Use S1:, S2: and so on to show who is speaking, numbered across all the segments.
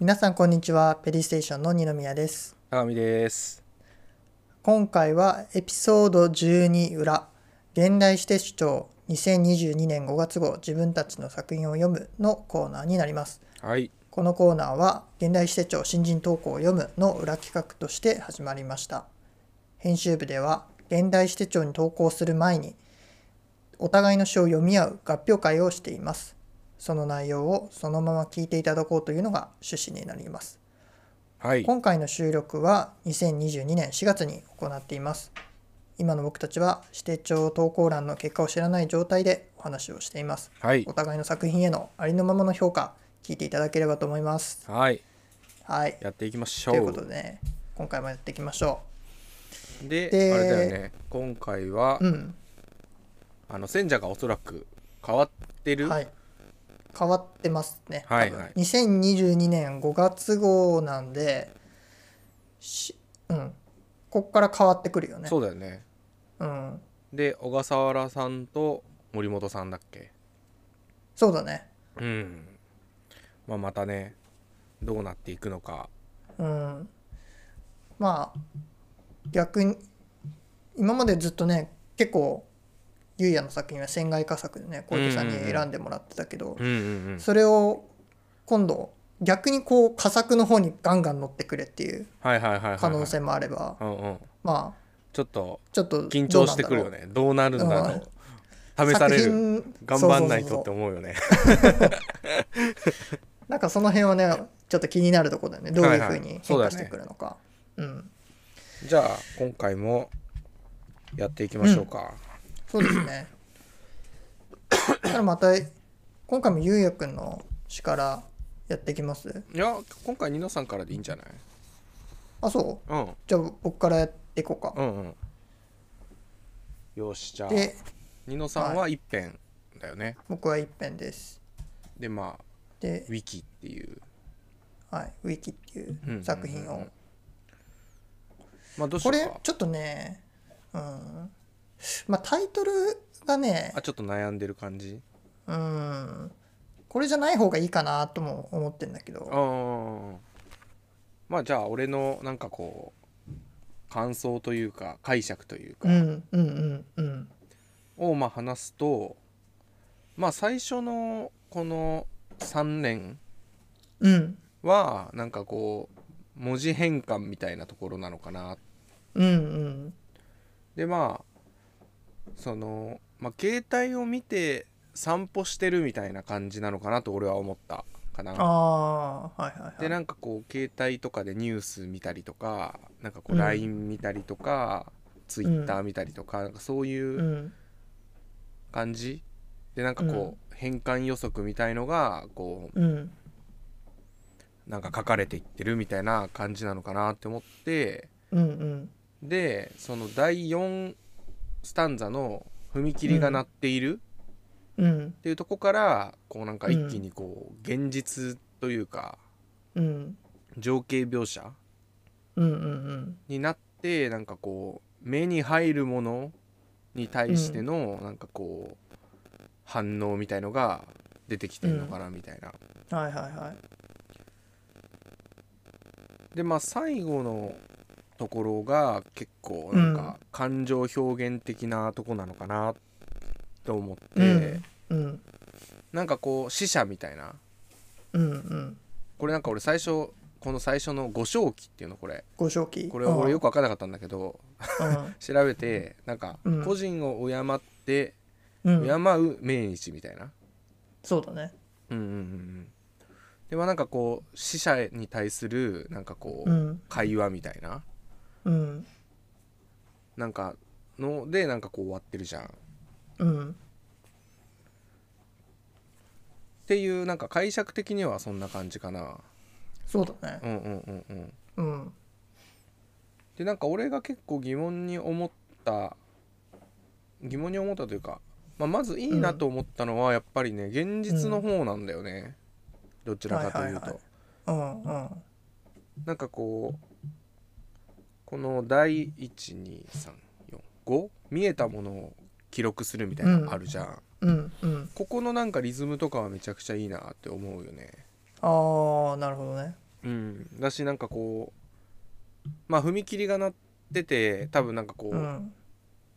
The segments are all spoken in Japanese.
S1: 皆さんこんにちはペリーステーションの二宮です
S2: 長見です。
S1: 今回はエピソード12裏現代史手帳2022年5月号自分たちの作品を読むのコーナーになります
S2: はい。
S1: このコーナーは現代史手帳新人投稿を読むの裏企画として始まりました編集部では現代史手帳に投稿する前にお互いの詩を読み合う合評会をしていますその内容をそのまま聞いていただこうというのが趣旨になります
S2: はい。
S1: 今回の収録は2022年4月に行っています今の僕たちは指定帳投稿欄の結果を知らない状態でお話をしています
S2: はい
S1: お。互いの作品へのありのままの評価聞いていただければと思います
S2: はい。
S1: はい
S2: やっていきましょ
S1: と
S2: う。
S1: いうことでね今回もやっていきましょ
S2: で
S1: で
S2: あれだよね。今回は、
S1: ううん
S2: あの賢者がおそらく変わってる。
S1: はい変わってますね、
S2: はい
S1: 多分
S2: はい
S1: 2022年5月号なんでしうんこっから変わってくるよね
S2: そうだよね。
S1: うん、
S2: で小笠原さんと森本さんだっけ。
S1: そうだね
S2: うん。まあまたねどうなっていくのか。
S1: うん、まあ逆に今までずっとね結構ゆうやの作品は船外佳作でね小池さんに
S2: うんうんうん
S1: 選んでもらってたけど、
S2: うんうん
S1: それを今度逆にこう佳作の方にガンガン乗ってくれっていう
S2: うん。はいはいはいはい、はい。
S1: 可能。性もあれば、
S2: うんうん。
S1: まあ
S2: ちょっと
S1: ちょっと
S2: 緊張してくるよね。どうなるんだろ
S1: ど
S2: う。
S1: う
S2: 試
S1: な
S2: さ
S1: んだろう
S2: れ
S1: 作
S2: る。
S1: 品
S2: 頑張んないと
S1: そう
S2: っ
S1: そ
S2: て
S1: うそう
S2: 思うよね。
S1: なんかその辺はねちょっと気になるところだよねどういうふうに変化してくるのか、うん
S2: じゃあ今回もやっていきましょうか。
S1: そうですね。 だからまた今回もゆうやくんの詩からやっていきます。
S2: いや今回ニノさんからでいいんじゃない
S1: あそう。
S2: うん
S1: じゃあ僕からやっていこうか。
S2: うんうんよしじゃあ
S1: で
S2: ニノさんは一辺だよね、
S1: 僕は一編です。
S2: でまあ
S1: で
S2: ウ、ィキっていう、
S1: はい、ウィキっていう作品
S2: うんうん
S1: を
S2: うん。まあどうし
S1: こ
S2: よう
S1: れ
S2: か
S1: ちょっとね、うん。まあタイトルがね
S2: あ、ちょっと悩んでる感じ
S1: うん。これじゃない方がいいかなとも思ってんだけ
S2: あ
S1: ど、
S2: あまあじゃあ俺のなんかこう感想というか解釈というか、
S1: うんうんうんうん
S2: をまあ話すとまあ最初のこの3連
S1: うん
S2: はなんかこう文字変換みたいなところなのかな
S1: うんうん
S2: でまあその、まあ、携帯を見て散歩してるみたいな感じなのかなと俺は思った
S1: あ
S2: かな。
S1: あはいはいは
S2: で
S1: い
S2: なんかこう携帯とかでニュース見たりとかなんかこ
S1: う
S2: うん LINE 見たりとか、Twitter 見たりとか,、なんかそういううん感じ、でなんかこう変換予測みたいのがこ
S1: うん
S2: うなんか書かれていってるみたいな感じなのかなって思って。
S1: うんうん
S2: でその第4スタンザの踏切が鳴っている
S1: うん
S2: っていうとこから、こうなんか一気にこう現実というか
S1: うん
S2: 情景描写
S1: うんうん
S2: になってなんかこう目に入るものに対してのなんかこう反応みたいのが出てきてるのかなみたいな。
S1: うんはいはいはい
S2: でまあ最後のところが結構なんか感情表現的なとこなのかなと思って。
S1: うん
S2: なんかこう死者みたいな
S1: うんうん
S2: これなんか俺最初この最初の五正期っていうのこれ
S1: ご正気
S2: これ俺よく分かんなかったんだけど
S1: うん
S2: 調べてなんか
S1: うん
S2: 個人を敬って
S1: うん、
S2: 敬う命日みたいな
S1: そうだね
S2: うんうんうんうんでまあなんかこう死者に対するなんかこ
S1: う
S2: うん会話みたいな
S1: うん
S2: なんかのでなんかこう終わってるじゃんっ
S1: うん
S2: ていうなんか解釈的にはそんな感じかな
S1: そうだね
S2: うんうんうんう
S1: う
S2: ん
S1: ん
S2: でなんか俺が結構疑問に思った疑問に思ったというか、まあ、まずいいなと思ったのはやっぱりね現実の方なんだよね、どちらかとい
S1: はいはい
S2: うと、
S1: はいうんうん
S2: なんかこうこの第12345見えたものを記録するみたいなのあるじゃん、
S1: うんうん
S2: ここのなんかリズムとかはめちゃくちゃいいなって思うよね
S1: ああなるほどね
S2: うん、だしなんかこうまあ踏切が鳴ってて多分なんかこう、
S1: うん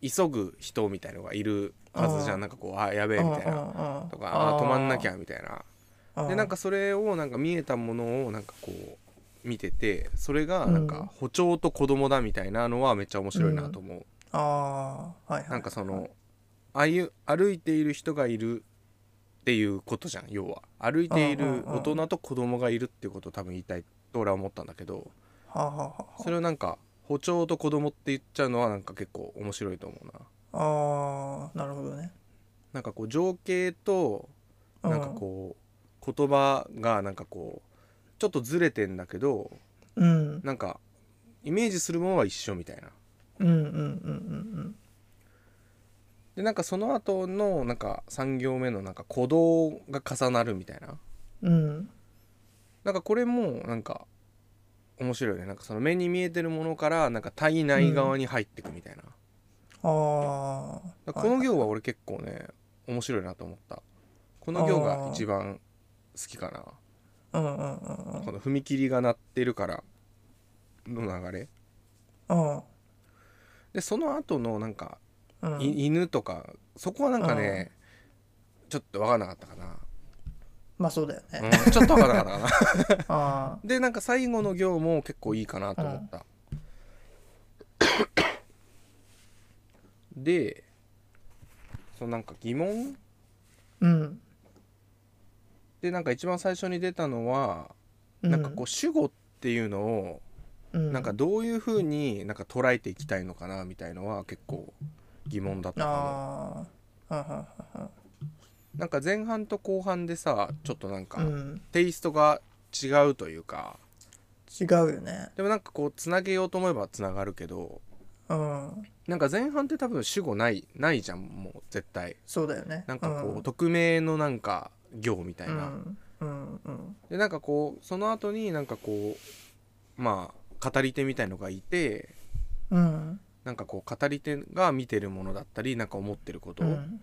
S2: 急ぐ人みたいのがいるはずじゃ
S1: うん
S2: んなんかこうあやべえみたいな
S1: な
S2: とかあー止まんなきゃみたいな
S1: ゃ
S2: でなんかそれをなんか見えたものをなんかこう見ててそれがなん
S1: うん
S2: か歩調と子供だみたいなのはめっちゃ面白いなと思う、
S1: ああはいはい
S2: なんかそのあゆ歩いている人がいるっていうことじゃん要は歩いてい
S1: うんうん
S2: る
S1: うん
S2: 大人と子供がいるっていうことを多分言いたいと俺は思ったんだけど
S1: はあはあはあ
S2: それをなんか歩調と子供って言っちゃうのはなんか結構面白いと思うな
S1: ああなるほどね
S2: なんかこう情景と
S1: う
S2: なんかこう言葉がなんかこうちょっとずれてんだけど
S1: うん
S2: なんかイメージするものは一緒みたいな
S1: うんうんうんうん
S2: でなんかその後のなんか3行目のなんか鼓動が重なるみたいな
S1: うんうん
S2: なんかこれもなんか面白いねなんかその目に見えてるものからなんか体内側に入ってくみたいな、
S1: ああ
S2: だからこの行は俺結構ね面白いなと思ったこの行が一番好きかな
S1: うんうんうんうん
S2: この踏切が鳴ってるからの流れ
S1: うん
S2: でその後のなんか、
S1: うん
S2: い犬とかそこはなんかね、ちょっと分かんなかったかな、
S1: まあそうだよね
S2: うんちょっと分かんなかったかな
S1: あ
S2: でなんか最後の行も結構いいかなと思った、でそのなんか疑問
S1: ーうん
S2: でなんか一番最初に出たのは、なんかこう主語っていうのを
S1: うん
S2: なんかどういうふうになんか捉えていきたいのかなみたいのは結構疑問だったかな
S1: ああはいはいは
S2: なんか前半と後半でさちょっとなんか
S1: いはいうん
S2: テイストが違うというか
S1: 違うよね
S2: でもなんかこうつなげようと思えばつながるけど
S1: うん
S2: なんか前半って多分主語ないないじゃんもう絶対
S1: そうだよね
S2: なんかこう、
S1: うん
S2: 匿名のなんか行みたいな、
S1: うんうんうん
S2: でなんかこうその後になんかこうまあ語り手みたいのがいて
S1: うん
S2: なんかこう語り手が見てるものだったりなんか思ってること
S1: うん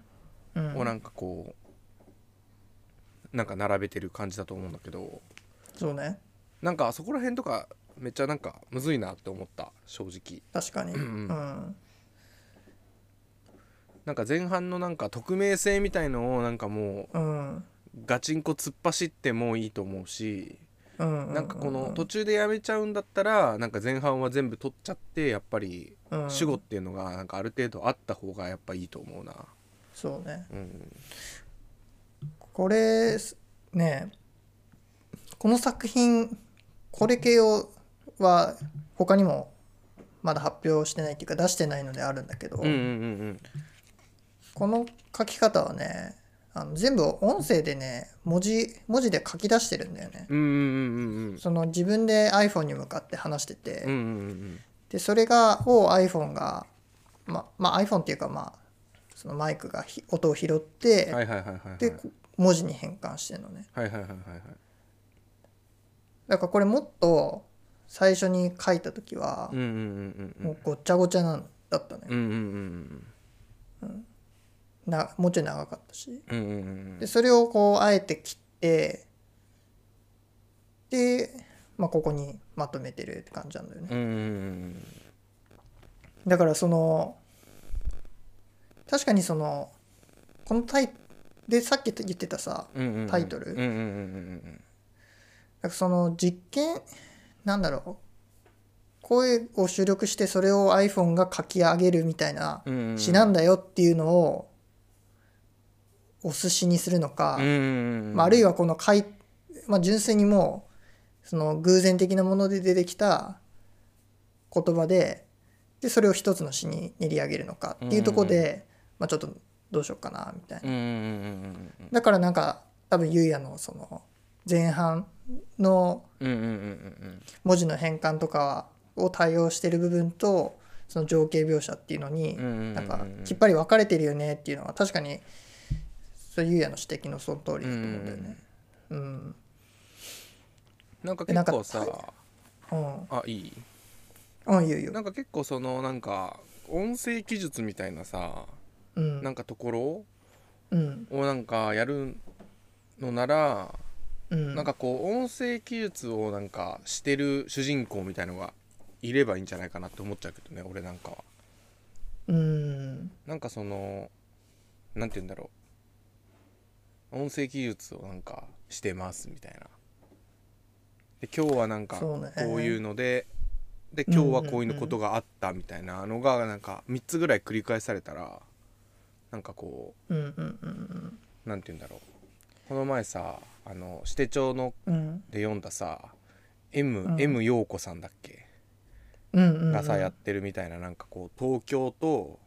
S1: うん
S2: をなんかこうなんか並べてる感じだと思うんだけど
S1: そうね
S2: なんかそこら辺とかめっちゃなんかむずいなって思った正直
S1: 確かにう
S2: うんん
S1: うん
S2: なんか前半のなんか匿名性みたいのをなんかも
S1: うん
S2: うガチンコ突っ走ってもいいと思うし
S1: うん
S2: なんかこの途中でやめちゃうんだったらなんか前半は全部取っちゃってやっぱり
S1: うん
S2: 主語っていうのがなんかある程度あった方がやっぱいいと思うな
S1: そうね
S2: うん
S1: これすねこの作品これ系をは他にもまだ発表してないっていうか出してないのであるんだけど、
S2: うんうんうん
S1: この書き方はねあの全部音声でね文字文字で書き出してるんだよね、
S2: うんうんうん
S1: その自分で iPhone に向かって話してて、
S2: うんうんうんうん
S1: でそれがを iPhone がままあ iPhone っていうかまあそのマイクがひ音を拾って、
S2: うんはいはいはいはいはい
S1: でこ文字に変換してるのね
S2: はいはいはいはいはい
S1: だからこれもっと最初に書いた時は
S2: うんうんうんうん
S1: もうごっちゃごちゃなんだったのよ、
S2: うんうん
S1: なもうちょい長かったし
S2: うんうんうんうん
S1: でそれをこうあえて切ってで、まあ、ここにまとめてるって感じなんだよね
S2: うんうんうん
S1: だからその確かにそのこのタイでさっき言ってたさ
S2: うんうんうん
S1: タイトル
S2: うんうんうんうん
S1: なんかその実験なんだろう声を収録してそれを iPhone が書き上げるみたいな
S2: うんうんうん
S1: 詩なんだよっていうのをお寿司にするのか、
S2: うんうんうん
S1: まあ、あるいはこの書い、まあ、純粋にもうその偶然的なもので出てきた言葉ででそれを一つの詩に練り上げるのかっていうところで、まあ、ちょっとどうしようかなみたいな。
S2: うんうんうんうんうん
S1: だからなんか多分ゆうやのその前半の
S2: うんうんうんうん
S1: 文字の変換とかを対応してる部分とその情景描写っていうのに
S2: うんうんうんうん
S1: なんかきっぱり分かれてるよねっていうのは確かにそうゆうやの指摘のその通りだと思うんだよね。うん、
S2: なんか
S1: でなん
S2: 結
S1: か
S2: 構さ
S1: うん、
S2: あいい
S1: うん、言うよ
S2: な。んか結構そのなんか音声技術みたいなさ
S1: うん
S2: なんかところ
S1: うん
S2: をなんかやるのなら
S1: うん
S2: なんかこう音声記述をなんかしてる主人公みたいのがいればいいんじゃないかなって思っちゃうけどね俺なんかは
S1: うん
S2: なんかそのなんて言うんだろう音声記述をなんかしてますみたいなで今日はなんか
S1: そうね
S2: こういうので、で
S1: うんうん
S2: 今
S1: うん
S2: 日はこういうことがあったみたいなのがなんか3つぐらい繰り返されたらなんかこ
S1: うんうんうん
S2: うなんて言うんだろうこの前さあの支店長の
S1: うんうん
S2: で読んださ M,、
S1: うん
S2: M 陽子さんだっけ
S1: うんうんうん
S2: がさやってるみたいななんかこう東京と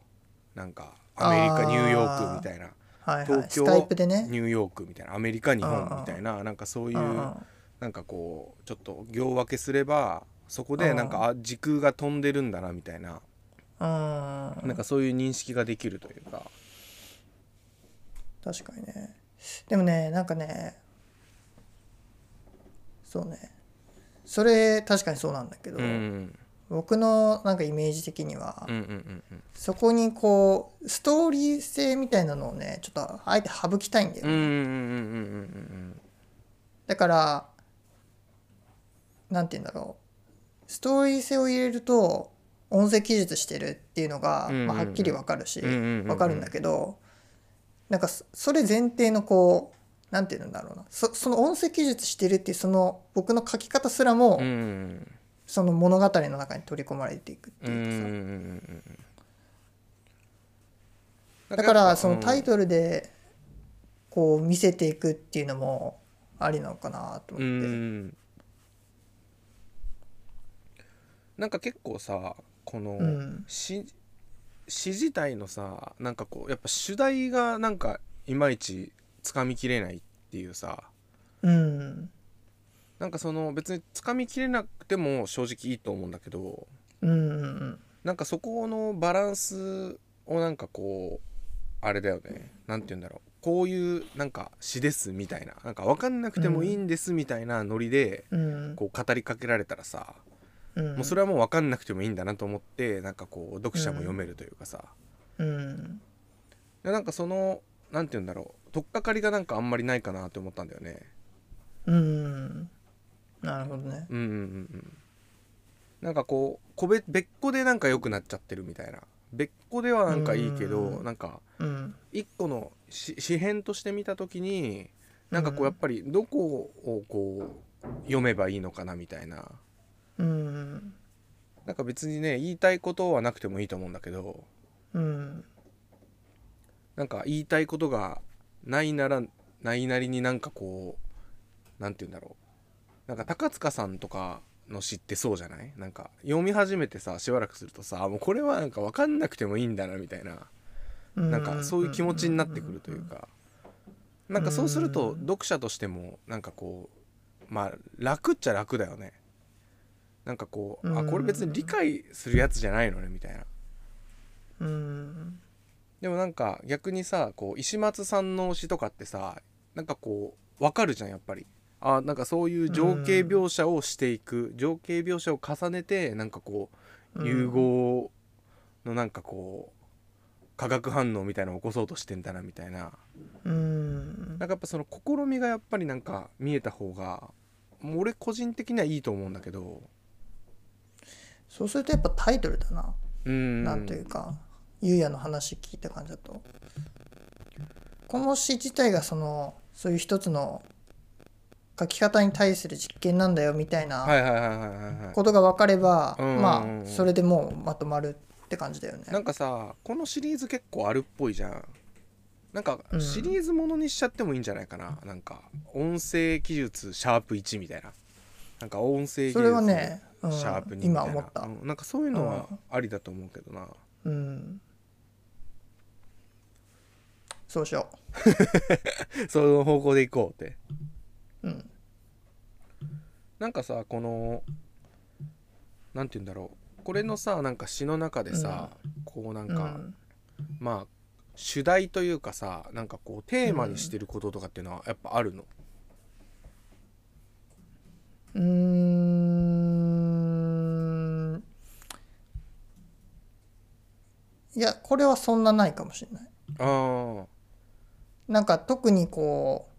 S2: なんかアメリカ
S1: あー
S2: ニューヨークみたいな
S1: はいはい
S2: 東京
S1: スカイプでね
S2: ニューヨークみたいなアメリカ日
S1: うんう
S2: 本
S1: ん
S2: みたいななんかそういう
S1: うんう
S2: なんんかこうちょっと行分けすればそこでなんかあ時空が飛んでるんだなみたいな
S1: うん
S2: なんかそういう認識ができるというか
S1: 確かにねでもねなんかねそうねそれ確かにそうなんだけど、
S2: うんうん
S1: 僕のなんかイメージ的には、
S2: うんうん
S1: そこにこうストーリー性みたいなのをねちょっとあえて省きたいんだよ
S2: うんうんうんうんうんうん
S1: だからなんて言うんだろうストーリー性を入れると音声記述してるっていうのが、
S2: うんうんうん
S1: まあ、はっきりわかるし、
S2: うんうんうんうん
S1: わかるんだけどなんかそそれ前提のこうなんて言うんだろうなそその音声記述してるっていうその僕の書き方すらも、
S2: うんうんうん
S1: その物語の中に取り込まれていくって
S2: うんうんうん
S1: いうかさ、
S2: うんうん
S1: だからその
S2: うん
S1: タイトルでこう見せていくっていうのもありなのかなと
S2: う
S1: 思って。
S2: んなんか結構さこの、
S1: うん
S2: 詩詩自体のさなんかこうやっぱ主題がなんかいまいちつかみきれないっていうさ
S1: うん
S2: なんかその別につかみきれなくても正直いいと思うんだけど
S1: うんうん
S2: なんかそこのバランスをなんかこうあれだよねなんて言うんだろうこういうなんか詩ですみたいななんか分かんなくてもいいんですみたいなノリで、
S1: うん
S2: こう語りかけられたらさ
S1: うん
S2: もうそれはもう分かんなくてもいいんだなと思ってなんかこう読者も読めるというかさ、
S1: うん
S2: でなんかそのなんて言うんだろう取っかかりがなんかあんまりないかなって思ったんだよね
S1: うんなるほどね
S2: うんうんうんうんなんかこう個別別個でなんか良くなっちゃってるみたいな別個ではなんかいいけど、
S1: うん
S2: なんか
S1: うん
S2: 一個の詩詩編として見た時になんかこ
S1: う
S2: うんやっぱりどこをこう読めばいいのかなみたいな
S1: うん
S2: なんか別にね言いたいことはなくてもいいと思うんだけど
S1: うん
S2: なんか言いたいことがないならないなりになんかこうなんて言うんだろうなんか高塚さんとかの詩ってそうじゃないなんか読み始めてさしばらくするとさあもうこれはなんか分かんなくてもいいんだなみたいななんかそういう気持ちになってくるというかなんかそうすると
S1: うん
S2: 読者としてもなんかこうまあ楽っちゃ楽だよねなんかこうあこれ別に理解するやつじゃないのねみたいな
S1: うん
S2: でもなんか逆にさこう石松さんの詩とかってさなんかこうわかるじゃんやっぱりあなんかそういう情景描写をしていく、情景描写を重ねてなんかこ
S1: うん
S2: う融合のなんかこう化学反応みたいなのを起こそうとしてんだなみたいな
S1: うん
S2: なんかやっぱその試みがやっぱりなんか見えた方がもう俺個人的にはいいと思うんだけど
S1: そうするとやっぱタイトルだな
S2: うん
S1: なんというかゆうやの話聞いた感じだとこの詩自体がそのそういう一つの書き方に対する実験なんだよみたいな、
S2: はいはいはいはいはいはい
S1: ことが分かれば、
S2: うんうんうん
S1: まあそれでもうまとまるって感じだよね。
S2: なんかさこのシリーズ結構あるっぽいじゃんなんか
S1: うん
S2: シリーズものにしちゃってもいいんじゃないかな、なんか音声技術シャープ1みたいななんか音声技術
S1: それはね、うん
S2: シャープ2みたいな
S1: 今思った。
S2: うんなんかそういうのはありだと思うけどな、
S1: うん、そうしよ
S2: その方向でいこうって
S1: う。うん、
S2: なんかさこのなんて言うんだろうこれのさなんか詩の中でさ、こうなん
S1: う
S2: か、
S1: ん、
S2: まあ主題というかさなんかこうテーマにしてることとかっていうのはやっぱあるの、
S1: うーんいやこれはそんなないかもしれない。
S2: ああ
S1: なんか特にこ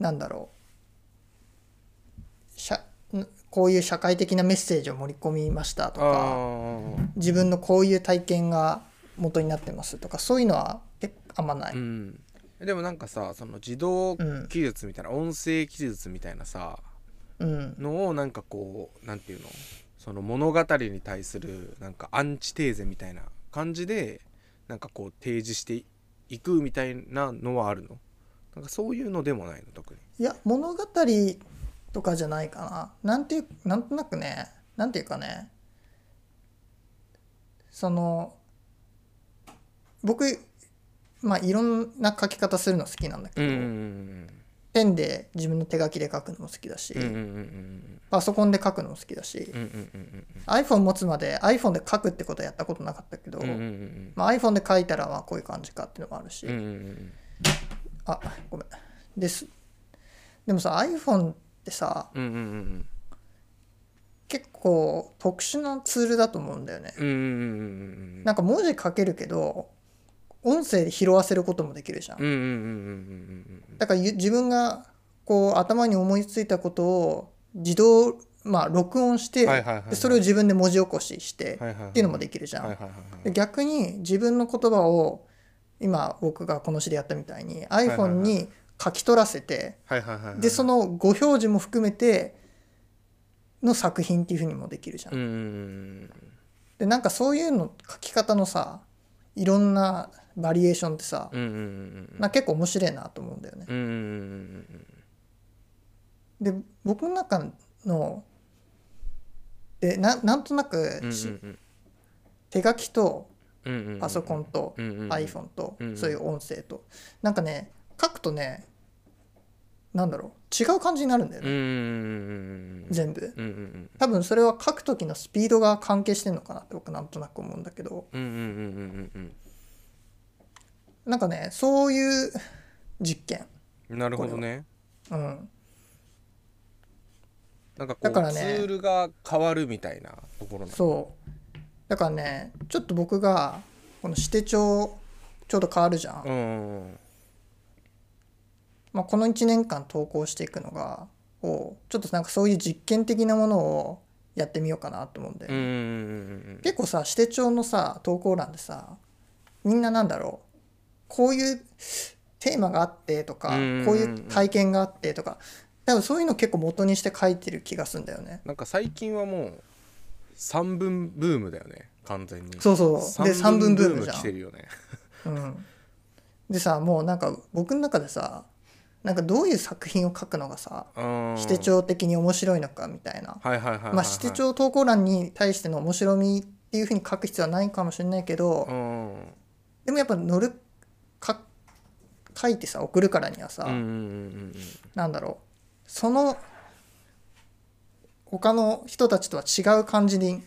S1: うなんだろうんこういう社会的なメッセージを盛り込みましたと
S2: あ
S1: か
S2: ー
S1: 自分のこういう体験が元になってますとかそういうのは結構あんまない、
S2: うんでもなんかさその自
S1: う
S2: 動
S1: ん
S2: 記述みたいな、音声記述みたいなさ
S1: うん、
S2: のをなんかこうなんていうのその物語に対するなんかアンチテーゼみたいな感じでなんかこう提示していくみたいなのはあるのなんかそういうのでもないの特に
S1: いや物語とかじゃないかななんていうなんとなくねなんていうかねその僕まあいろんな書き方するの好きなんだけど、ペンで自分の手書きで書くのも好きだし、
S2: うんうんうんうん
S1: パソコンで書くのも好きだし、
S2: うんうんうん
S1: iPhone 持つまで iPhone で書くってことはやったことなかったけど、
S2: うんうんうんうん
S1: まあ、iPhone で書いたらまあこういう感じかっていうのもあるし、
S2: うんうんうん
S1: あごめんですでもさ iPhone ってさ
S2: うんうんうん
S1: 結構特殊なツールだと思うんだよね、
S2: うんうんうんうん
S1: なんか文字書けるけど音声で拾わせることもできるじゃん、
S2: うんうんうん
S1: だからゆ自分がこう頭に思いついたことを自動まあ録音して、
S2: はいはいはいはい
S1: でそれを自分で文字起こしして、
S2: はいはいはい
S1: っていうのもできるじゃん、
S2: はいはいはい
S1: で逆に自分の言葉を今僕がこの詩でやったみたいに
S2: いはいはい
S1: iPhone に書き取らせて
S2: はいはいはいはい
S1: でそのご表示も含めての作品っていうふうにもできるじゃん
S2: うん。うんうん
S1: でなんかそういうの書き方のさいろんなバリエーションってさ
S2: うんうんうん
S1: なんか結構面白いなと思うんだよね。
S2: うんうんうん
S1: で僕の中のでななんとなくし
S2: うん
S1: 手書きと
S2: うん
S1: パソコンと
S2: うんうんうん
S1: iPhone と
S2: うんうん
S1: そういう音声となんかね書くとねなんだろう違う感じになるんだよ
S2: うん
S1: ね
S2: うん
S1: 全部
S2: うんうん
S1: 多分それは書く時のスピードが関係してんのかなって僕なんとなく思うんだけど
S2: うんうんうんうんうんうん
S1: なんかねそういう実験
S2: うんなるほどね
S1: うん
S2: なんかこう
S1: だからね
S2: ツールが変わるみたいなところなの
S1: そうだからねちょっと僕がこの指定帳ちょうど変わるじゃん、
S2: うんうん
S1: まあ、この1年間投稿していくのがをちょっとなんかそういう実験的なものをやってみようかなと思うんで、
S2: うんうん
S1: 結構さ指定帳のさ投稿欄でさみんななんだろうこういうテーマがあってとか、
S2: うんうんうん
S1: こういう体験があってとか多分そういうの結構元にして書いてる気がするんだよね。
S2: なんか最近はもう三文ブームだよね完全に
S1: そうそうで三文ブームじゃ
S2: 来
S1: ん
S2: て。るよね
S1: うん、でさもうなんか僕の中でさなんかどういう作品を書くのがさ
S2: うん
S1: 指定帳的に面白いのかみたいな、
S2: はいはいはいはいはい
S1: まあ指定帳投稿欄に対しての面白みっていうふうに書く必要はないかもしれないけど、
S2: うんうん
S1: でもやっぱ乗るか書いてさ送るからにはさ、
S2: うんうん
S1: なんだろうその他の人たちとは違う感じに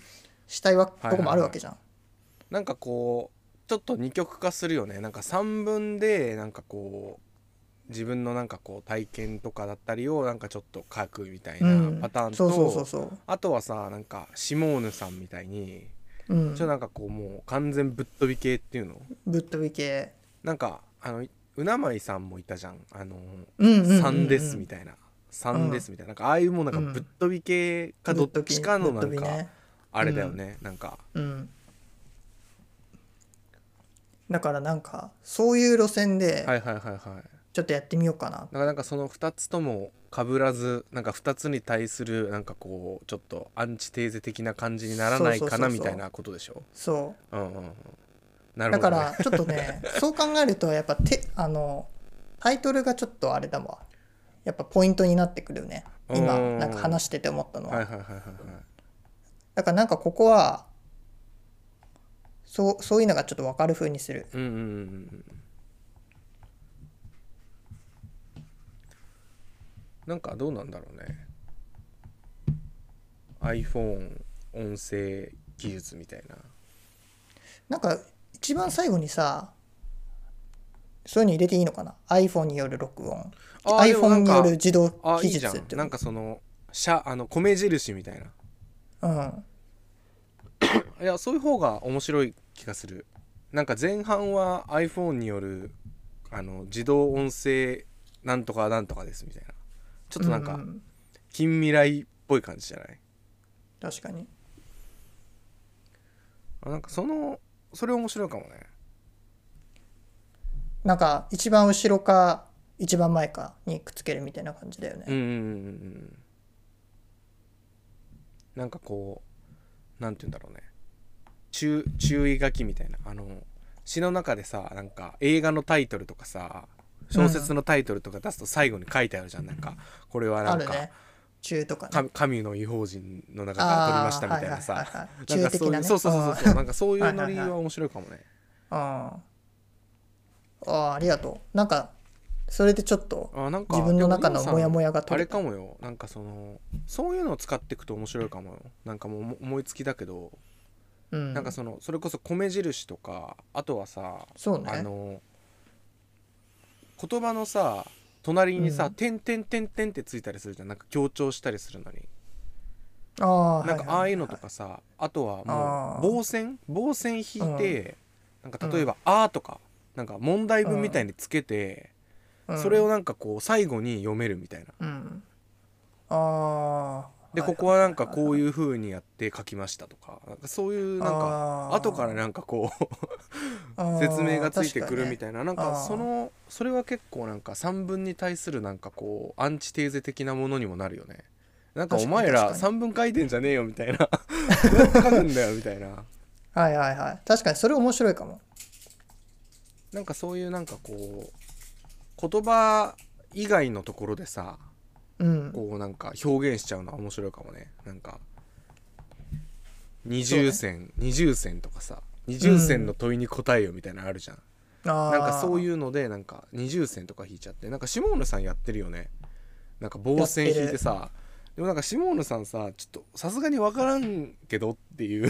S1: したいわ
S2: いはいはい
S1: とこもあるわけじゃん。
S2: なんかこうちょっと二極化するよねなんか三文でなんかこう自分のなんかこう体験とかだったりをなんかちょっと書くみたい
S1: うん
S2: なパターン
S1: そうそうそう
S2: と
S1: そう。
S2: あとはさなんかシモーヌさんみたいに
S1: うん
S2: ちょっと、なんかこうもう完全ぶっ飛び系っていうの
S1: ぶっ飛び系。
S2: なんかあのうなまいさんもいたじゃんあの
S1: うんうんうんうん
S2: 3ですみたいな3ですみたいななんかああいうもうなんか
S1: うん
S2: ぶっ飛び系かどっちかのなんかあれだよねなんか
S1: うん、だからなんかそういう路線で
S2: はいはいはいはい
S1: ちょっとやってみようかな、
S2: だからなんかその2つとも被らずなんか2つに対するなんかこうちょっとアンチテーゼ的な感じにならないか
S1: そうそうそ
S2: な
S1: うそう
S2: みたいなことでしょ
S1: そ
S2: うんうんうんな
S1: うだ
S2: るほど、
S1: か
S2: ね、
S1: らちょっと ねそう考えるとやっぱてあのタイトルがちょっとあれだわやっぱポイントになってくるよね今
S2: うん
S1: なんか話してて思ったのは、
S2: はいはいはいはいはい
S1: だからなんかここはそうそういうのがちょっと分かる風にする
S2: うんうんうんうんなんかどうなんだろうね iPhone 音声技術みたいな
S1: なんか一番最後にさそういうの入れていいのかな iPhone による録音
S2: あーでもな
S1: iPhone
S2: ん
S1: に
S2: か
S1: よる自動
S2: あい
S1: 記
S2: いじ
S1: 述
S2: ゃ
S1: っ
S2: ん
S1: て
S2: なんかそのしゃあの米印みたい
S1: う
S2: な
S1: ん
S2: いやそういう方が面白い気がするなんか前半は iPhone によるあの自動音声なんとかなんとかですみたいなちょっとなん
S1: う
S2: か
S1: ん
S2: 近未来っぽい感じじゃない
S1: 確かに
S2: あなんかそのそれ面白いかもね
S1: なんか一番後ろか一番前かにくっつけるみたいな感じだよね、
S2: うんうんうんうんうんなんかこうなんて言うんだろうね注注意書きみたいなあの詩の中でさなんか映画のタイトルとかさ小説のタイトルとか出すと最後に書いてあるじゃん、なんかこれはな
S1: あ
S2: ん
S1: る
S2: か、
S1: ね中とかね
S2: か神の異邦人の中から取りましたみたいな
S1: あーはい
S2: さ
S1: はいはいはい
S2: なんか
S1: 中
S2: そ
S1: 的
S2: うい
S1: な
S2: う
S1: ね
S2: そうそうそうそうなんかそういうノリ
S1: はいはい
S2: は
S1: は
S2: 面白いかもね
S1: あああありがとうなんかそれでちょっと
S2: あなんか
S1: 自分の中
S2: で
S1: の
S2: も
S1: モヤモヤが
S2: あ
S1: 取
S2: れ
S1: れた
S2: かもよなんかそのそういうのを使っていくと面白いかもよなんかもうも思いつきだけど、
S1: うん
S2: なんかそのそれこそ米印とかあとはさ
S1: そうね
S2: あの言葉のさ隣にさ「
S1: うん
S2: 点点点点」ってついたりするじゃんなんか強調したりするのに
S1: ああ
S2: なんかああいうのと
S1: は
S2: かさあとはも
S1: あ
S2: う
S1: ー
S2: 棒線棒線引いてなんか例えば「あ」とかなんか問題文みたいにつけて
S1: いはいうん
S2: それをなんかこう最後に読めるみたいな。
S1: うんああ
S2: でここはなんかこういう風にやって書きましたとかなんかそういうなんか
S1: か
S2: 後からなんかこう説明がついてくるみ
S1: い
S2: たいななんか
S1: あー
S2: そのそれは結構なんか散文に対するなんかこうアンチテーゼ的なものにもなるよねなんかお
S1: 確かに
S2: 前ら
S1: 確か
S2: 散文書いてんじゃねえよみたいな どうやって書くんだよみたいな
S1: なはいはいはい確かにそれ面白いかも
S2: なんかそういうなんかこう言葉以外のところでさ
S1: うん
S2: こうなんか表現しちゃうのは面白いかもねなんか二重線、二重線とかさ二重線の問いに答えよみたいなのあるじゃん、
S1: な
S2: なんかそういううのでなんか二重線とか引いちゃってなんか下野さんやってるよねなんか棒線引いてさでもなんか下野さんさちょっとさすがに分からんけどっていう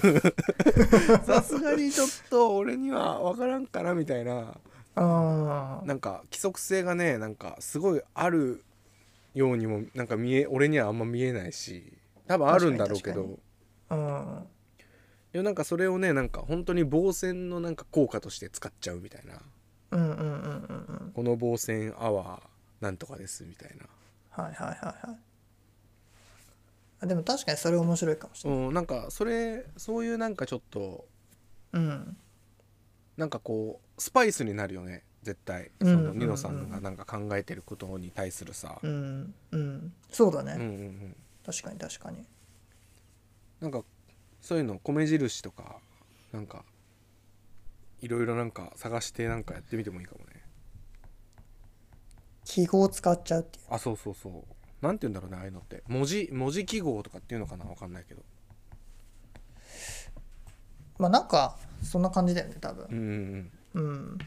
S2: さすがにちょっと俺には分からんかなみたいな
S1: あ
S2: なんか規則性がねなんかすごいあるようにもなんか見え俺にはあんま見えないし多分あるんだろうけ
S1: 確かに
S2: ど
S1: ーうん
S2: でもなんかそれをねなんか本当に防線のなんか効果として使っちゃうみたいな
S1: うんうんうんうんうん
S2: この防線アワーなんとかですみたいな、
S1: はいはいはいはいあでも確かにそれ面白いかもしれ
S2: うん、なんかそれそういうなんかちょっと
S1: ないうん
S2: なんかこうスパイスになるよね絶対そ
S1: うんうん
S2: の
S1: うん
S2: ニノさんがなんか考えてることに対するさ、
S1: うんうんそうだね、
S2: うんうんうん、
S1: 確かに確かに
S2: なんかそういうの米印とかなんかいろいろなんか探してなんかやってみてもいいかもね
S1: 記号を使っちゃうっていう
S2: あそうそうそうなんて言うんだろうねああいうのって文字文字記号とかっていうのかなわかんないけど
S1: まあなんかそんな感じだよね多分
S2: うんうんうん
S1: うん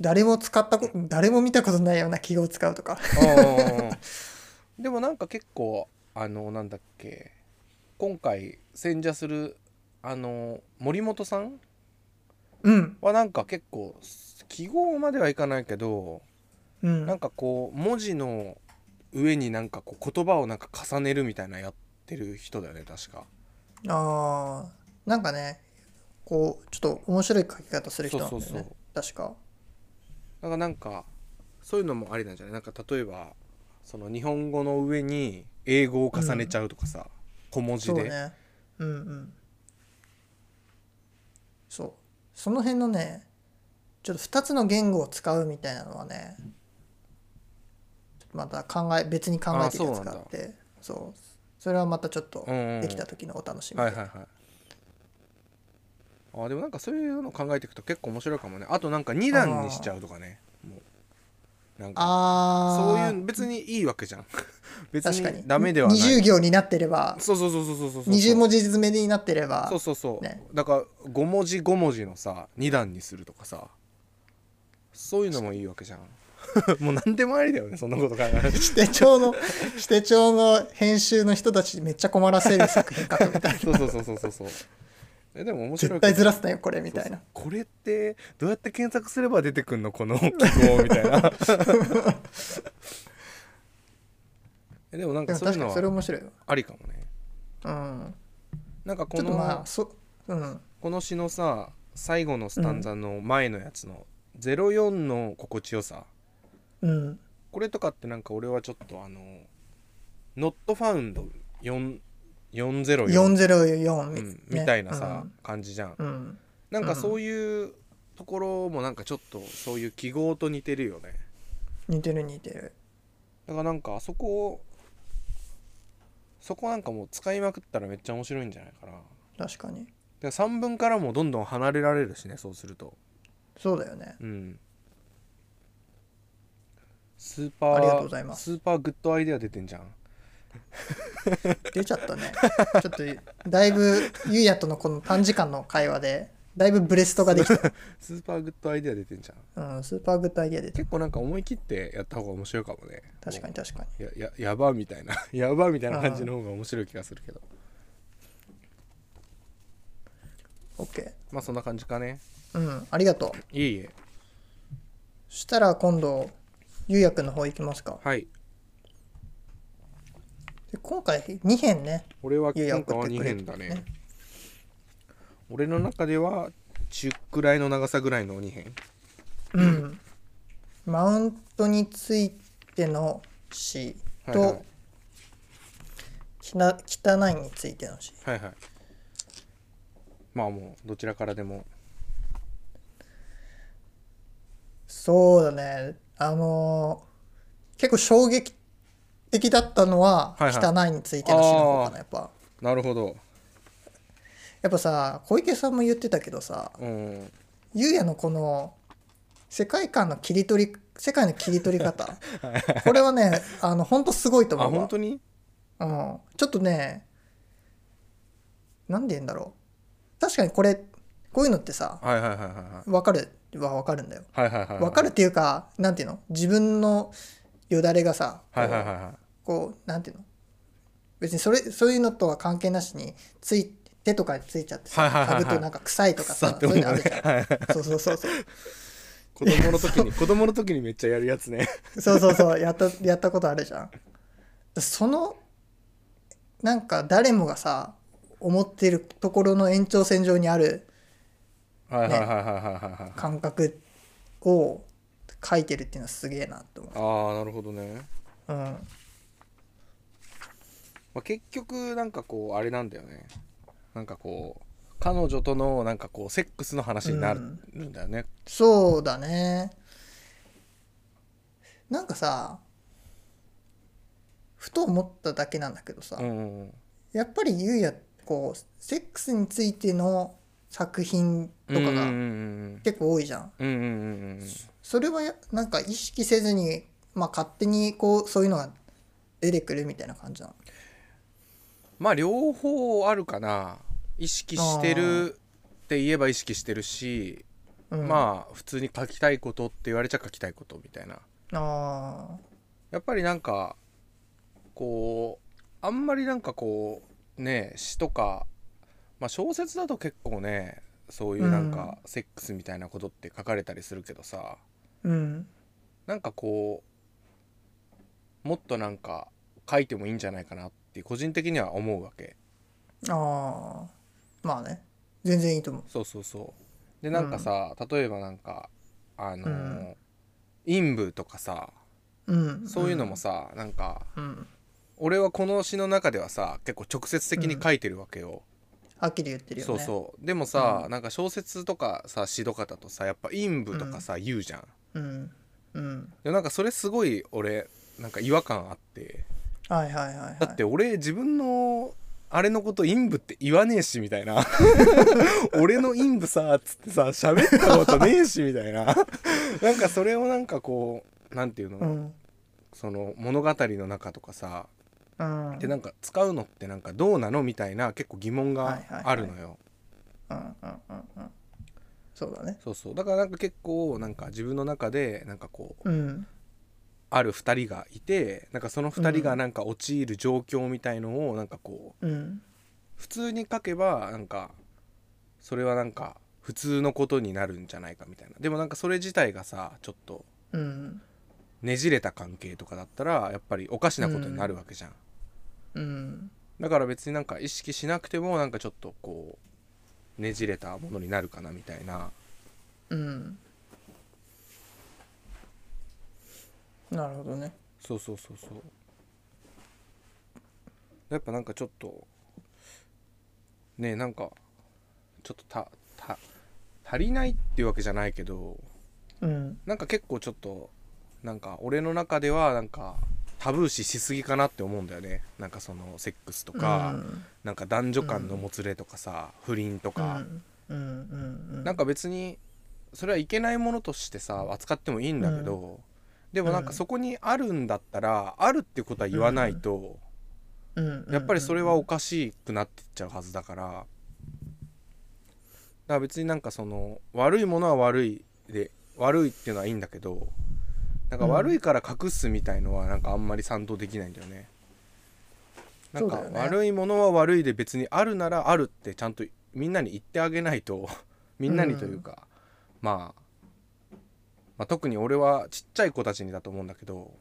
S1: 誰も使ったこと誰も見たことないような記号を使うとか
S2: ああ でもなんか結構あのなんだっけ今回選者するあの森本さん
S1: うん
S2: はなんか結構記号まではいかないけど
S1: うん
S2: なんかこう文字の上になんかこう言葉をなんか重ねるみたいなやってる人だよね確か
S1: あーなんかねこうちょっと面白い書き方する人なんだよね
S2: そうそう
S1: 確か
S2: だからなんかそういうのもありなんじゃないなんか例えばその日本語の上に英語を重ねちゃうとかさ、小文字
S1: そう
S2: で、
S1: ねうんうんそうその辺のねちょっと2つの言語を使うみたいなのはねちょっとまた考え別に考えてい
S2: あ
S1: く
S2: そ
S1: つ
S2: うな
S1: があ
S2: んだ
S1: ってそうそれはまたちょっと
S2: うんうんうん
S1: できた時のお楽しみ
S2: はい
S1: で
S2: はいはいあーでもなんかそういうの考えていくと結構面白いかもねあとなんか2段にしちゃうとかねもうなんか
S1: あ
S2: そう
S1: あ
S2: いう別にいいわけじゃん 別
S1: 確か
S2: に
S1: に
S2: ダメではない
S1: 20行になってれば
S2: そうそうそうそうそうそうそう
S1: 20文字詰めになってれば
S2: そうそうそう、
S1: ね
S2: だから5文字5文字のさ2段にするとかさそういうのもいいわけじゃん もう何でもありだよねそんなこと考えない
S1: 指定帳 の指定帳の編集の人たちめっちゃ困らせる 作品書くみたいな
S2: そうそうそうそうそうそうえでも面白
S1: 絶
S2: いけど
S1: 対ずらすなよこれみたいな
S2: これってどうやって検索すれば出てくんの この記号みたいなえでもなん
S1: で
S2: か
S1: も
S2: そう
S1: 確か
S2: いうの
S1: にそれ
S2: は
S1: 面白いわ
S2: ありかもね
S1: うん
S2: なんかこ
S1: ちょっと
S2: の、
S1: まあそうん
S2: この詩のさ最後のスタンザの前のやつの「04の心地よさ」
S1: うん
S2: これとかってなんか俺はちょっとあの「Not Found 4 404」
S1: 404
S2: う
S1: み,、
S2: ん、みたいなさ、感じじゃん
S1: うん、うん
S2: なんかそういうところもなんかちょっとそういう記号と似てるよね
S1: 似てる似てる
S2: だからなんかあそこをそこなんかもう使いまくったらめっちゃ面白いんじゃないかな
S1: 確かに
S2: で3分からもどんどん離れられるしねそうすると
S1: そうだよね
S2: うんスーパー
S1: ありがとうございます
S2: スーパーグッドアイデア出てんじゃん
S1: 出ちゃ ったねちょっとだいぶゆうやとのこの短時間の会話でだいぶブレストができた、
S2: スーパーグッドアイデア出てんじゃん
S1: うん、スーパーグッドアイデアで
S2: 結構なんか思い切ってやった方が面白いかもね
S1: 確かに確かに
S2: やややばみたいな やばみたいな感じの方が面白い気がするけど
S1: OK
S2: まあそんな感じかね
S1: うんありがとう
S2: いえいえ
S1: そしたら今度ゆうやくんの方行きますか
S2: はい
S1: で今回2編ね
S2: 俺は
S1: ゆうや
S2: 今
S1: 送
S2: 回
S1: っ
S2: は
S1: て
S2: 2
S1: くれ
S2: 編
S1: た
S2: だ
S1: ん
S2: ね
S1: ですね
S2: 俺の中では中くらいの長さぐらいの2編
S1: うんマウントについての詩と、
S2: はいはい
S1: きな汚いについての詩
S2: はいはいまあもうどちらからでも
S1: そうだねあのー結構衝撃的だったのは
S2: はい
S1: 汚
S2: はい
S1: についての詩の方かな、
S2: あー
S1: やっぱ
S2: なるほど
S1: やっぱさ小池さんも言ってたけどさ
S2: うん
S1: ゆうやのこの世界観の切り取り世界の切り取り 方これはねあの本当すごいと
S2: あ
S1: 思うわ
S2: 本当に
S1: うん、ちょっとねなんで言うんだろう確かにこれこういうのってさ
S2: はいはいはいはいはい
S1: 分かるは分かるんだよ
S2: はいはいはい
S1: 分かるっていうかなんていうの自分のよだれがさこう,、
S2: はいはいはいはい
S1: こうなんていうの別にそれそういうのとは関係なしについ手とかについちゃって
S2: は
S1: さ
S2: いはいはいは
S1: 嗅
S2: い
S1: ぐとなんか臭いとか
S2: 臭
S1: さ
S2: って
S1: そう
S2: 思
S1: いううのあるじゃん、
S2: はいはい
S1: そうそうそうそう
S2: 子供の時に子供の時にめっちゃやるやつね
S1: そうそうそうやったやったことあるじゃんそのなんか誰もがさ思ってるところの延長線上にある
S2: はいはいはいはいはいはいはい
S1: 感覚を書いてるっていうのはすげえなと思
S2: ああなるほどね、
S1: う、うん、
S2: まあ、結局なんかこうあれなんだよねなんかこう彼女とのなんかこうセックスの話になる
S1: うん
S2: んだよね、
S1: そうだねなんかさふと思っただけなんだけどさ、
S2: うんうんうん、
S1: やっぱりゆうやこうセックスについての作品とか
S2: うんう
S1: が
S2: ん
S1: 結構多いじゃん
S2: うんうんうんうんうん
S1: それはやなんか意識せずに、まあ、勝手にこうそういうのが出てくるみたいな感じなの
S2: まあ両方あるかな意識してるって言えば意識してるし、
S1: うん、
S2: まあ普通に書きたいことって言われちゃ書きたいことみたいな
S1: あ
S2: やっぱりなんかこうあんまりなんかこうね詩とか、まあ、小説だと結構ねそういうなんかセックスみたいなことって書かれたりするけどさ、
S1: ーうん
S2: なんかこうもっとなんか書いてもいいんじゃないかなって個人的には思うわけ
S1: ああまあね全然いいと思う
S2: そうそうそうでなんかさ、例えばなんかあのー
S1: うん
S2: 陰部とかさ
S1: うん
S2: そういうのもさ、なんか
S1: うん
S2: 俺はこの詩の中ではさ結構直接的に書いてるわけよ、
S1: はっきり言ってるよね
S2: そうそうでもさ、なんか小説とかさ詩とかだとさやっぱ陰部とかさ、言うじゃん
S1: うんうん
S2: でなんかそれすごい俺なんか違和感あって
S1: はいはいはい、はい、
S2: だって俺自分のあれのこと陰部って言わねえしみたい な俺の陰部さっつってさ喋ったことねえしみたいななんかそれをなんかこうなんていうの、
S1: うん
S2: その物語の中とかさ
S1: うん
S2: でなんか使うのってなんかどうなのみたいな結構疑問があるのよ、
S1: うんうんうんうんそうだね
S2: そうそうだからなんか結構なんか自分の中でなんかこう
S1: うん
S2: ある2人がいてなんかその2人
S1: う
S2: が
S1: ん
S2: なんか陥る状況みたいのをなんかこう
S1: うん
S2: 普通に書けばなんかそれはなんか普通のことになるんじゃないかみたいなでもなんかそれ自体がさちょっと
S1: うん
S2: ねじれた関係とかだったらやっぱりおかしなことになるわけじゃん、
S1: うん
S2: だから別になんか意識しなくてもなんかちょっとこうねじれたものになるかなみたいな
S1: うんなるほどね
S2: そうそうそうそうやっぱなんかちょっとねえなんかちょっとたた足りないっていうわけじゃないけど
S1: うん
S2: なんか結構ちょっとなんか俺の中ではなんかタブー視しすぎかなって思うんだよねなんかそのセックスとか、
S1: うん
S2: なんか男女間のもつれとかさ、不倫とか、
S1: うんうんうん
S2: なんか別にそれはいけないものとしてさ扱ってもいいんだけど、でもなん
S1: う
S2: か
S1: ん
S2: そこにあるんだったら、あるってことは言わないと、
S1: うんうんうん
S2: やっぱりそれはおかしくなってっちゃうはずだからだから別になんかその悪いものは悪いで悪いっていうのはいいんだけどなんか悪いから隠すみたいのはなんかあんまり賛同できないんだよね。なんか
S1: そうだよね
S2: 悪いものは悪いで別にあるならあるってちゃんとみんなに言ってあげないと みんなにというか、まあまあ特に俺はちっちゃい子たちにだと思うんだけど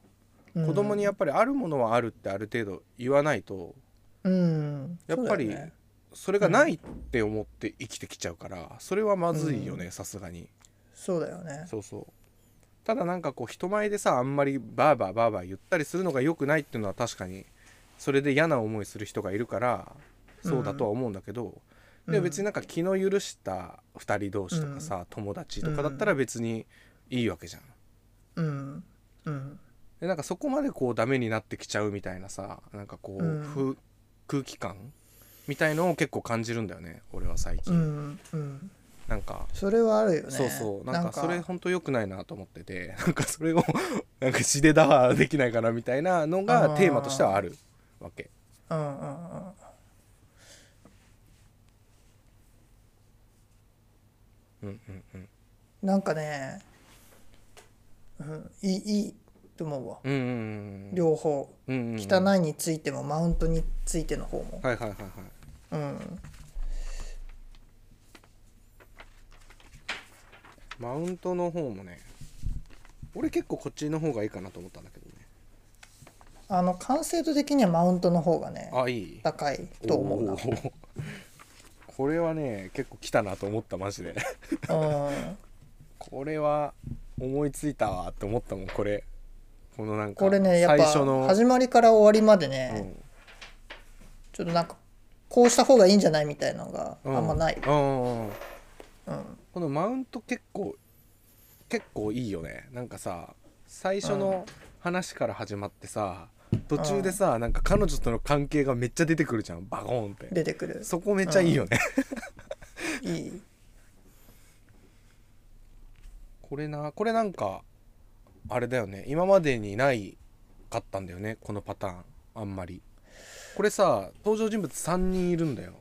S1: うん
S2: 子供にやっぱりあるものはあるってある程度言わないと
S1: うん
S2: やっぱり
S1: そうだよね
S2: それがないって思って生きてきちゃうからそれはまずいよねさすがに
S1: そうだよね
S2: そうそうただなんかこう人前でさあんまりバーバーバーバー言ったりするのが良くないっていうのは確かにそれで嫌な思いする人がいるからそうだとは思うんだけど、
S1: うん
S2: で別になんか気の許した2人同士とかさ、友達とかだったら別にいいわけじゃん。
S1: うんうん
S2: でなんかそこまでこうダメになってきちゃうみたいなさなんかこう、
S1: うん
S2: ふ空気感みたいのを結構感じるんだよね俺は最
S1: う
S2: 近、
S1: んうん
S2: なんか
S1: それはあるよね
S2: そうそうなんかそれほんと良くないなと思ってて なんかそれをなんか血で打破できないかなみたいなのが
S1: あー
S2: テーマとしてはあるわけ
S1: うんうんうん
S2: うんうんうん
S1: なんかね、うん、いいいいと思うわ
S2: うんうん
S1: 両方
S2: うんうんうん
S1: 汚
S2: はい
S1: いについてもマウントについての方も
S2: はいはいはい
S1: うん
S2: マウントの方もね俺結構こっちの方がいいかなと思ったんだけどね
S1: あの完成度的にはマウントの方がね
S2: あいい
S1: 高いと思うな
S2: おー これはね結構来たなと思ったマジで
S1: うん
S2: これは思いついたわって思ったもんこれこのなんか
S1: これねやっぱ
S2: 最初の
S1: 始まりから終わりまで
S2: う
S1: ね
S2: ん
S1: ちょっとなんかこうした方がいいんじゃないみたいなのが
S2: うん
S1: あんまない
S2: うんうんうん
S1: うん
S2: このマウント結構結構いいよねなんかさ最初の話から始まってさ途中でさなんか彼女との関係がめっちゃ出てくるじゃんバコーンって
S1: 出てくる
S2: そこめっちゃいいよね、
S1: いい
S2: これなこれなんかあれだよね今までにないかったんだよねこのパターンあんまりこれさ登場人物3人いるんだよ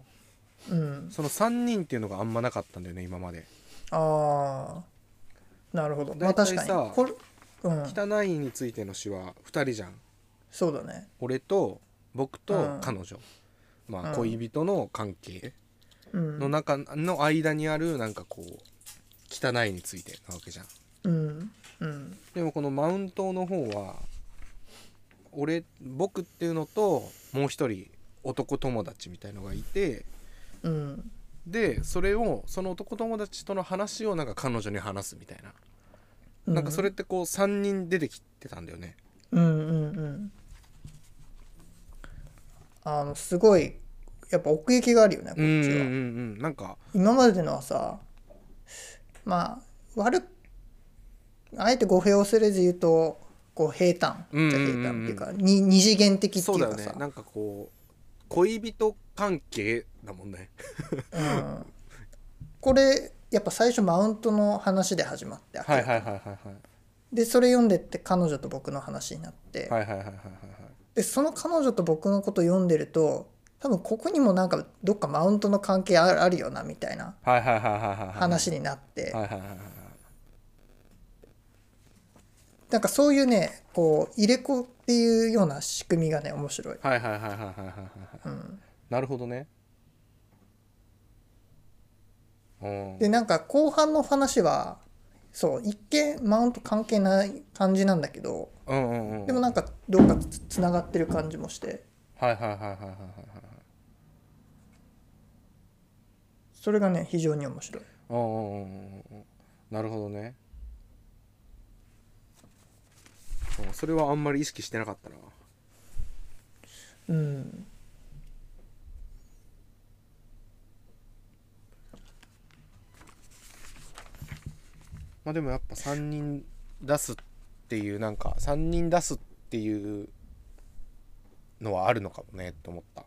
S1: うん
S2: その3人っていうのがあんまなかったんだよね今まで
S1: ああなるほどまあ
S2: 大体
S1: 確かに
S2: さ
S1: これうん
S2: 汚いについての詩は2人じゃん
S1: そうだね
S2: 俺と僕
S1: う
S2: と
S1: ん
S2: 彼女、まあ
S1: うん
S2: 恋人の関係
S1: うん
S2: の中の間にあるなんかこう汚いについてなわけじゃん
S1: うんうん
S2: でもこのマウントの方は俺僕っていうのともう一人男友達みたいのがいて
S1: うん
S2: でそれをその男友達との話をなんか彼女に話すみたいな、なんかそれってこう3人出てきてたんだよね
S1: うんうんうんあのすごいやっぱ奥行きがあるよねこっち
S2: うんうんうん
S1: は、
S2: うんなんか
S1: 今までのはさまあ悪くあえて語弊を恐れず言うとこう平坦じゃ
S2: うんうん
S1: 平
S2: う
S1: 坦っ
S2: んうん
S1: ていうかに二次元的って
S2: そ
S1: いうう
S2: だよ
S1: か
S2: ね
S1: さ
S2: なんかこう恋人関係だもんね
S1: うんこれやっぱ最初マウントの話で始まって
S2: はいはいはいはい
S1: でそれ読んでって彼女と僕の話になって、
S2: はいはいはいはいはいはい
S1: でその彼女と僕のこと読んでると多分ここにもなんかどっかマウントの関係あるあるよなみたいな
S2: はいはいはいはいはい
S1: 話になって、
S2: はいはいはいはい
S1: なんかそういうねこう入れ子っていうような仕組みがね面白い。
S2: はいはいはいはいはいはいはい
S1: うん、
S2: なるほどねうん
S1: でなんか後半の話はそう一見マウント関係ない感じなんだけど
S2: うんうんうん
S1: でもなんかどうかつつながってる感じもして
S2: はいはいはいはいはいはいはい
S1: それがね非常に面白い。
S2: うんうんうんうんうんなるほどねうんそれはあんまり意識してなかったな
S1: うん、
S2: まあでもやっぱ3人出すっていうなんか3人出すっていうのはあるのかもねって思った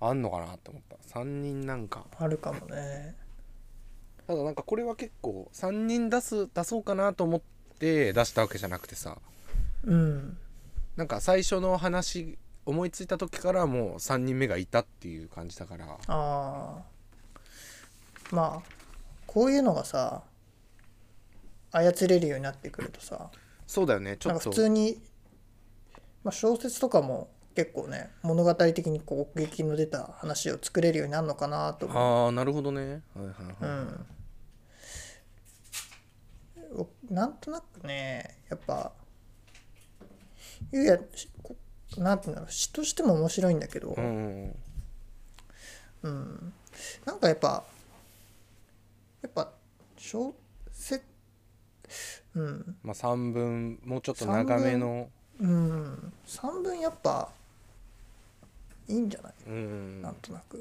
S2: あんのかなって思った3人なんか
S1: あるかもね
S2: ただなんかこれは結構3人出す出そうかなと思って出したわけじゃなくてさ
S1: うん
S2: なんか最初の話思いついた時からもう3人目がいたっていう感じだから
S1: ああまあこういうのがさ操れるようになってくるとさ
S2: そうだよねち
S1: なん
S2: ょ
S1: か
S2: っ
S1: 普
S2: と
S1: 通に、まあ、小説とかも結構ね物語的にこう奥行きの出た話を作れるようになるのかなと思う
S2: ああなるほどねはいはいはい、
S1: 僕なんとなくねやっぱゆうやしこなんていうんだろう詩としても面白いんだけど、
S2: うんうんうん、
S1: なんかやっぱやっぱ小説うん
S2: まあ3分もうちょっと長めの
S1: うん散文やっぱいいんじゃない
S2: うんうん
S1: なんとなく、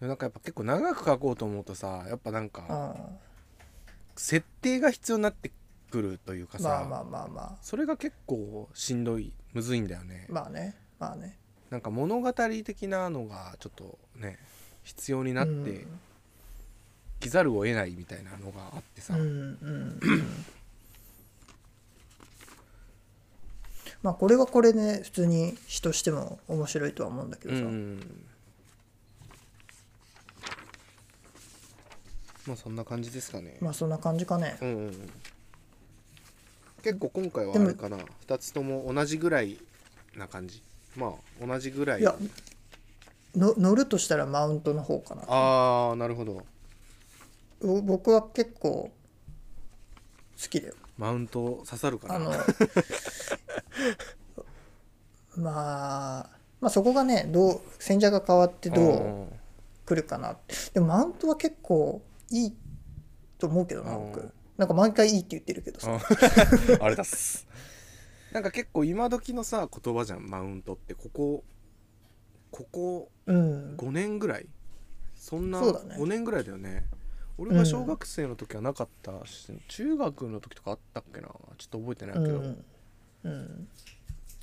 S2: うんなんかやっぱ結構長く書こうと思うとさやっぱな
S1: う
S2: ん
S1: ん、
S2: か
S1: ま
S2: 設定が必要になってくるという
S1: あ
S2: かさ、
S1: まあまあま
S2: それが結構しんどいむずいんだよね
S1: あまあねまあね
S2: なんか物語的なのがちょっとね必要になっ
S1: う
S2: て
S1: ん
S2: きざるを得ないみたいなのがあってさ、
S1: うんうんうんまあこれはこれで、ね、普通に詩としても面白いとは思うんだけど
S2: う
S1: さ、
S2: んまあそんな感じですかね、
S1: まあそんな感じかね、
S2: うんうんうん結構今回はあ
S1: でも
S2: れかな2つとも同じぐらいな感じまあ同じぐらい
S1: いやの乗るとしたらマウントの方かな
S2: ああなるほど
S1: ぼ僕は結構好きだよ
S2: マウント刺さるかな
S1: あの まあまあそこがねどう戦者が変わってどう来るかなってでもマウントは結構いいと思うけどな
S2: うん
S1: 僕なんか毎回いいって言ってるけどさ
S2: うん あれだっすなんか結構今時のさ言葉じゃんマウントってここここ
S1: うん
S2: 5年ぐらいそんな
S1: そうだね
S2: 5年ぐらいだよね俺が小学生の時はなかったし、中学の時とかあったっけなちょっと覚えてないけ
S1: う
S2: ど、
S1: んうん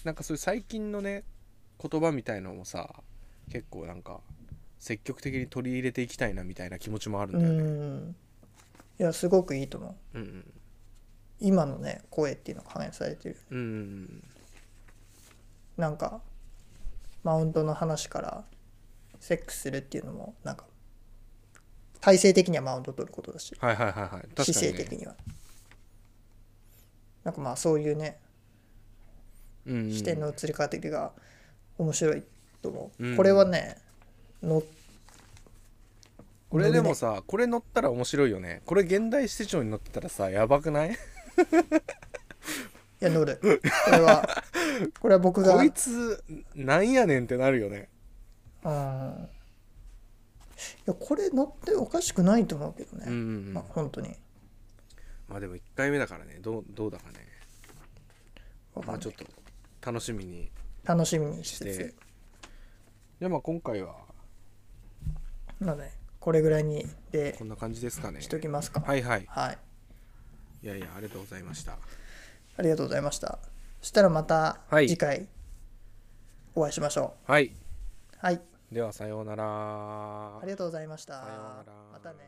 S2: なんかそういう最近のね言葉みたいのもさ結構なんか積極的に取り入れていきたいなみたいな気持ちもある
S1: うん
S2: だよね、
S1: んいやすごくいいと思う
S2: うんうん、
S1: 今のね声っていうのが反映されてる
S2: うんうん
S1: なんかマウントの話からセックスするっていうのもなんか体制的にはマウント取ることだし
S2: はいはいはいはい確
S1: 姿
S2: かに、
S1: 勢
S2: ね、
S1: 的にはなんかまあそういうね
S2: うんうん
S1: 視点の移り変わりが面白いと思う、
S2: うん
S1: これはねの
S2: これでもさこれ乗ったら面白いよねこれ現代史手帳に乗ってたらさやばくない
S1: いや乗るこれ はこれは僕が
S2: こいつなんやねんってなるよね
S1: うんいやこれ乗っておかしくないと思うけどね、
S2: うんうんうん
S1: まあ本当に
S2: まあでも1回目だからねどうどうだかね
S1: わかんな
S2: まあ
S1: い
S2: ちょっと楽しみに
S1: 楽しみにし
S2: しててじゃあまあ今回は
S1: なのでこれぐらいにで
S2: こんな感じですかね
S1: しときますか
S2: はいはい
S1: はい、
S2: いやいやありがとうございました
S1: ありがとうございましたそしたらまた
S2: はい
S1: 次回お会いしましょ
S2: はい。
S1: うはい
S2: ではさようなら。
S1: ありがとうございました
S2: さようなら
S1: またね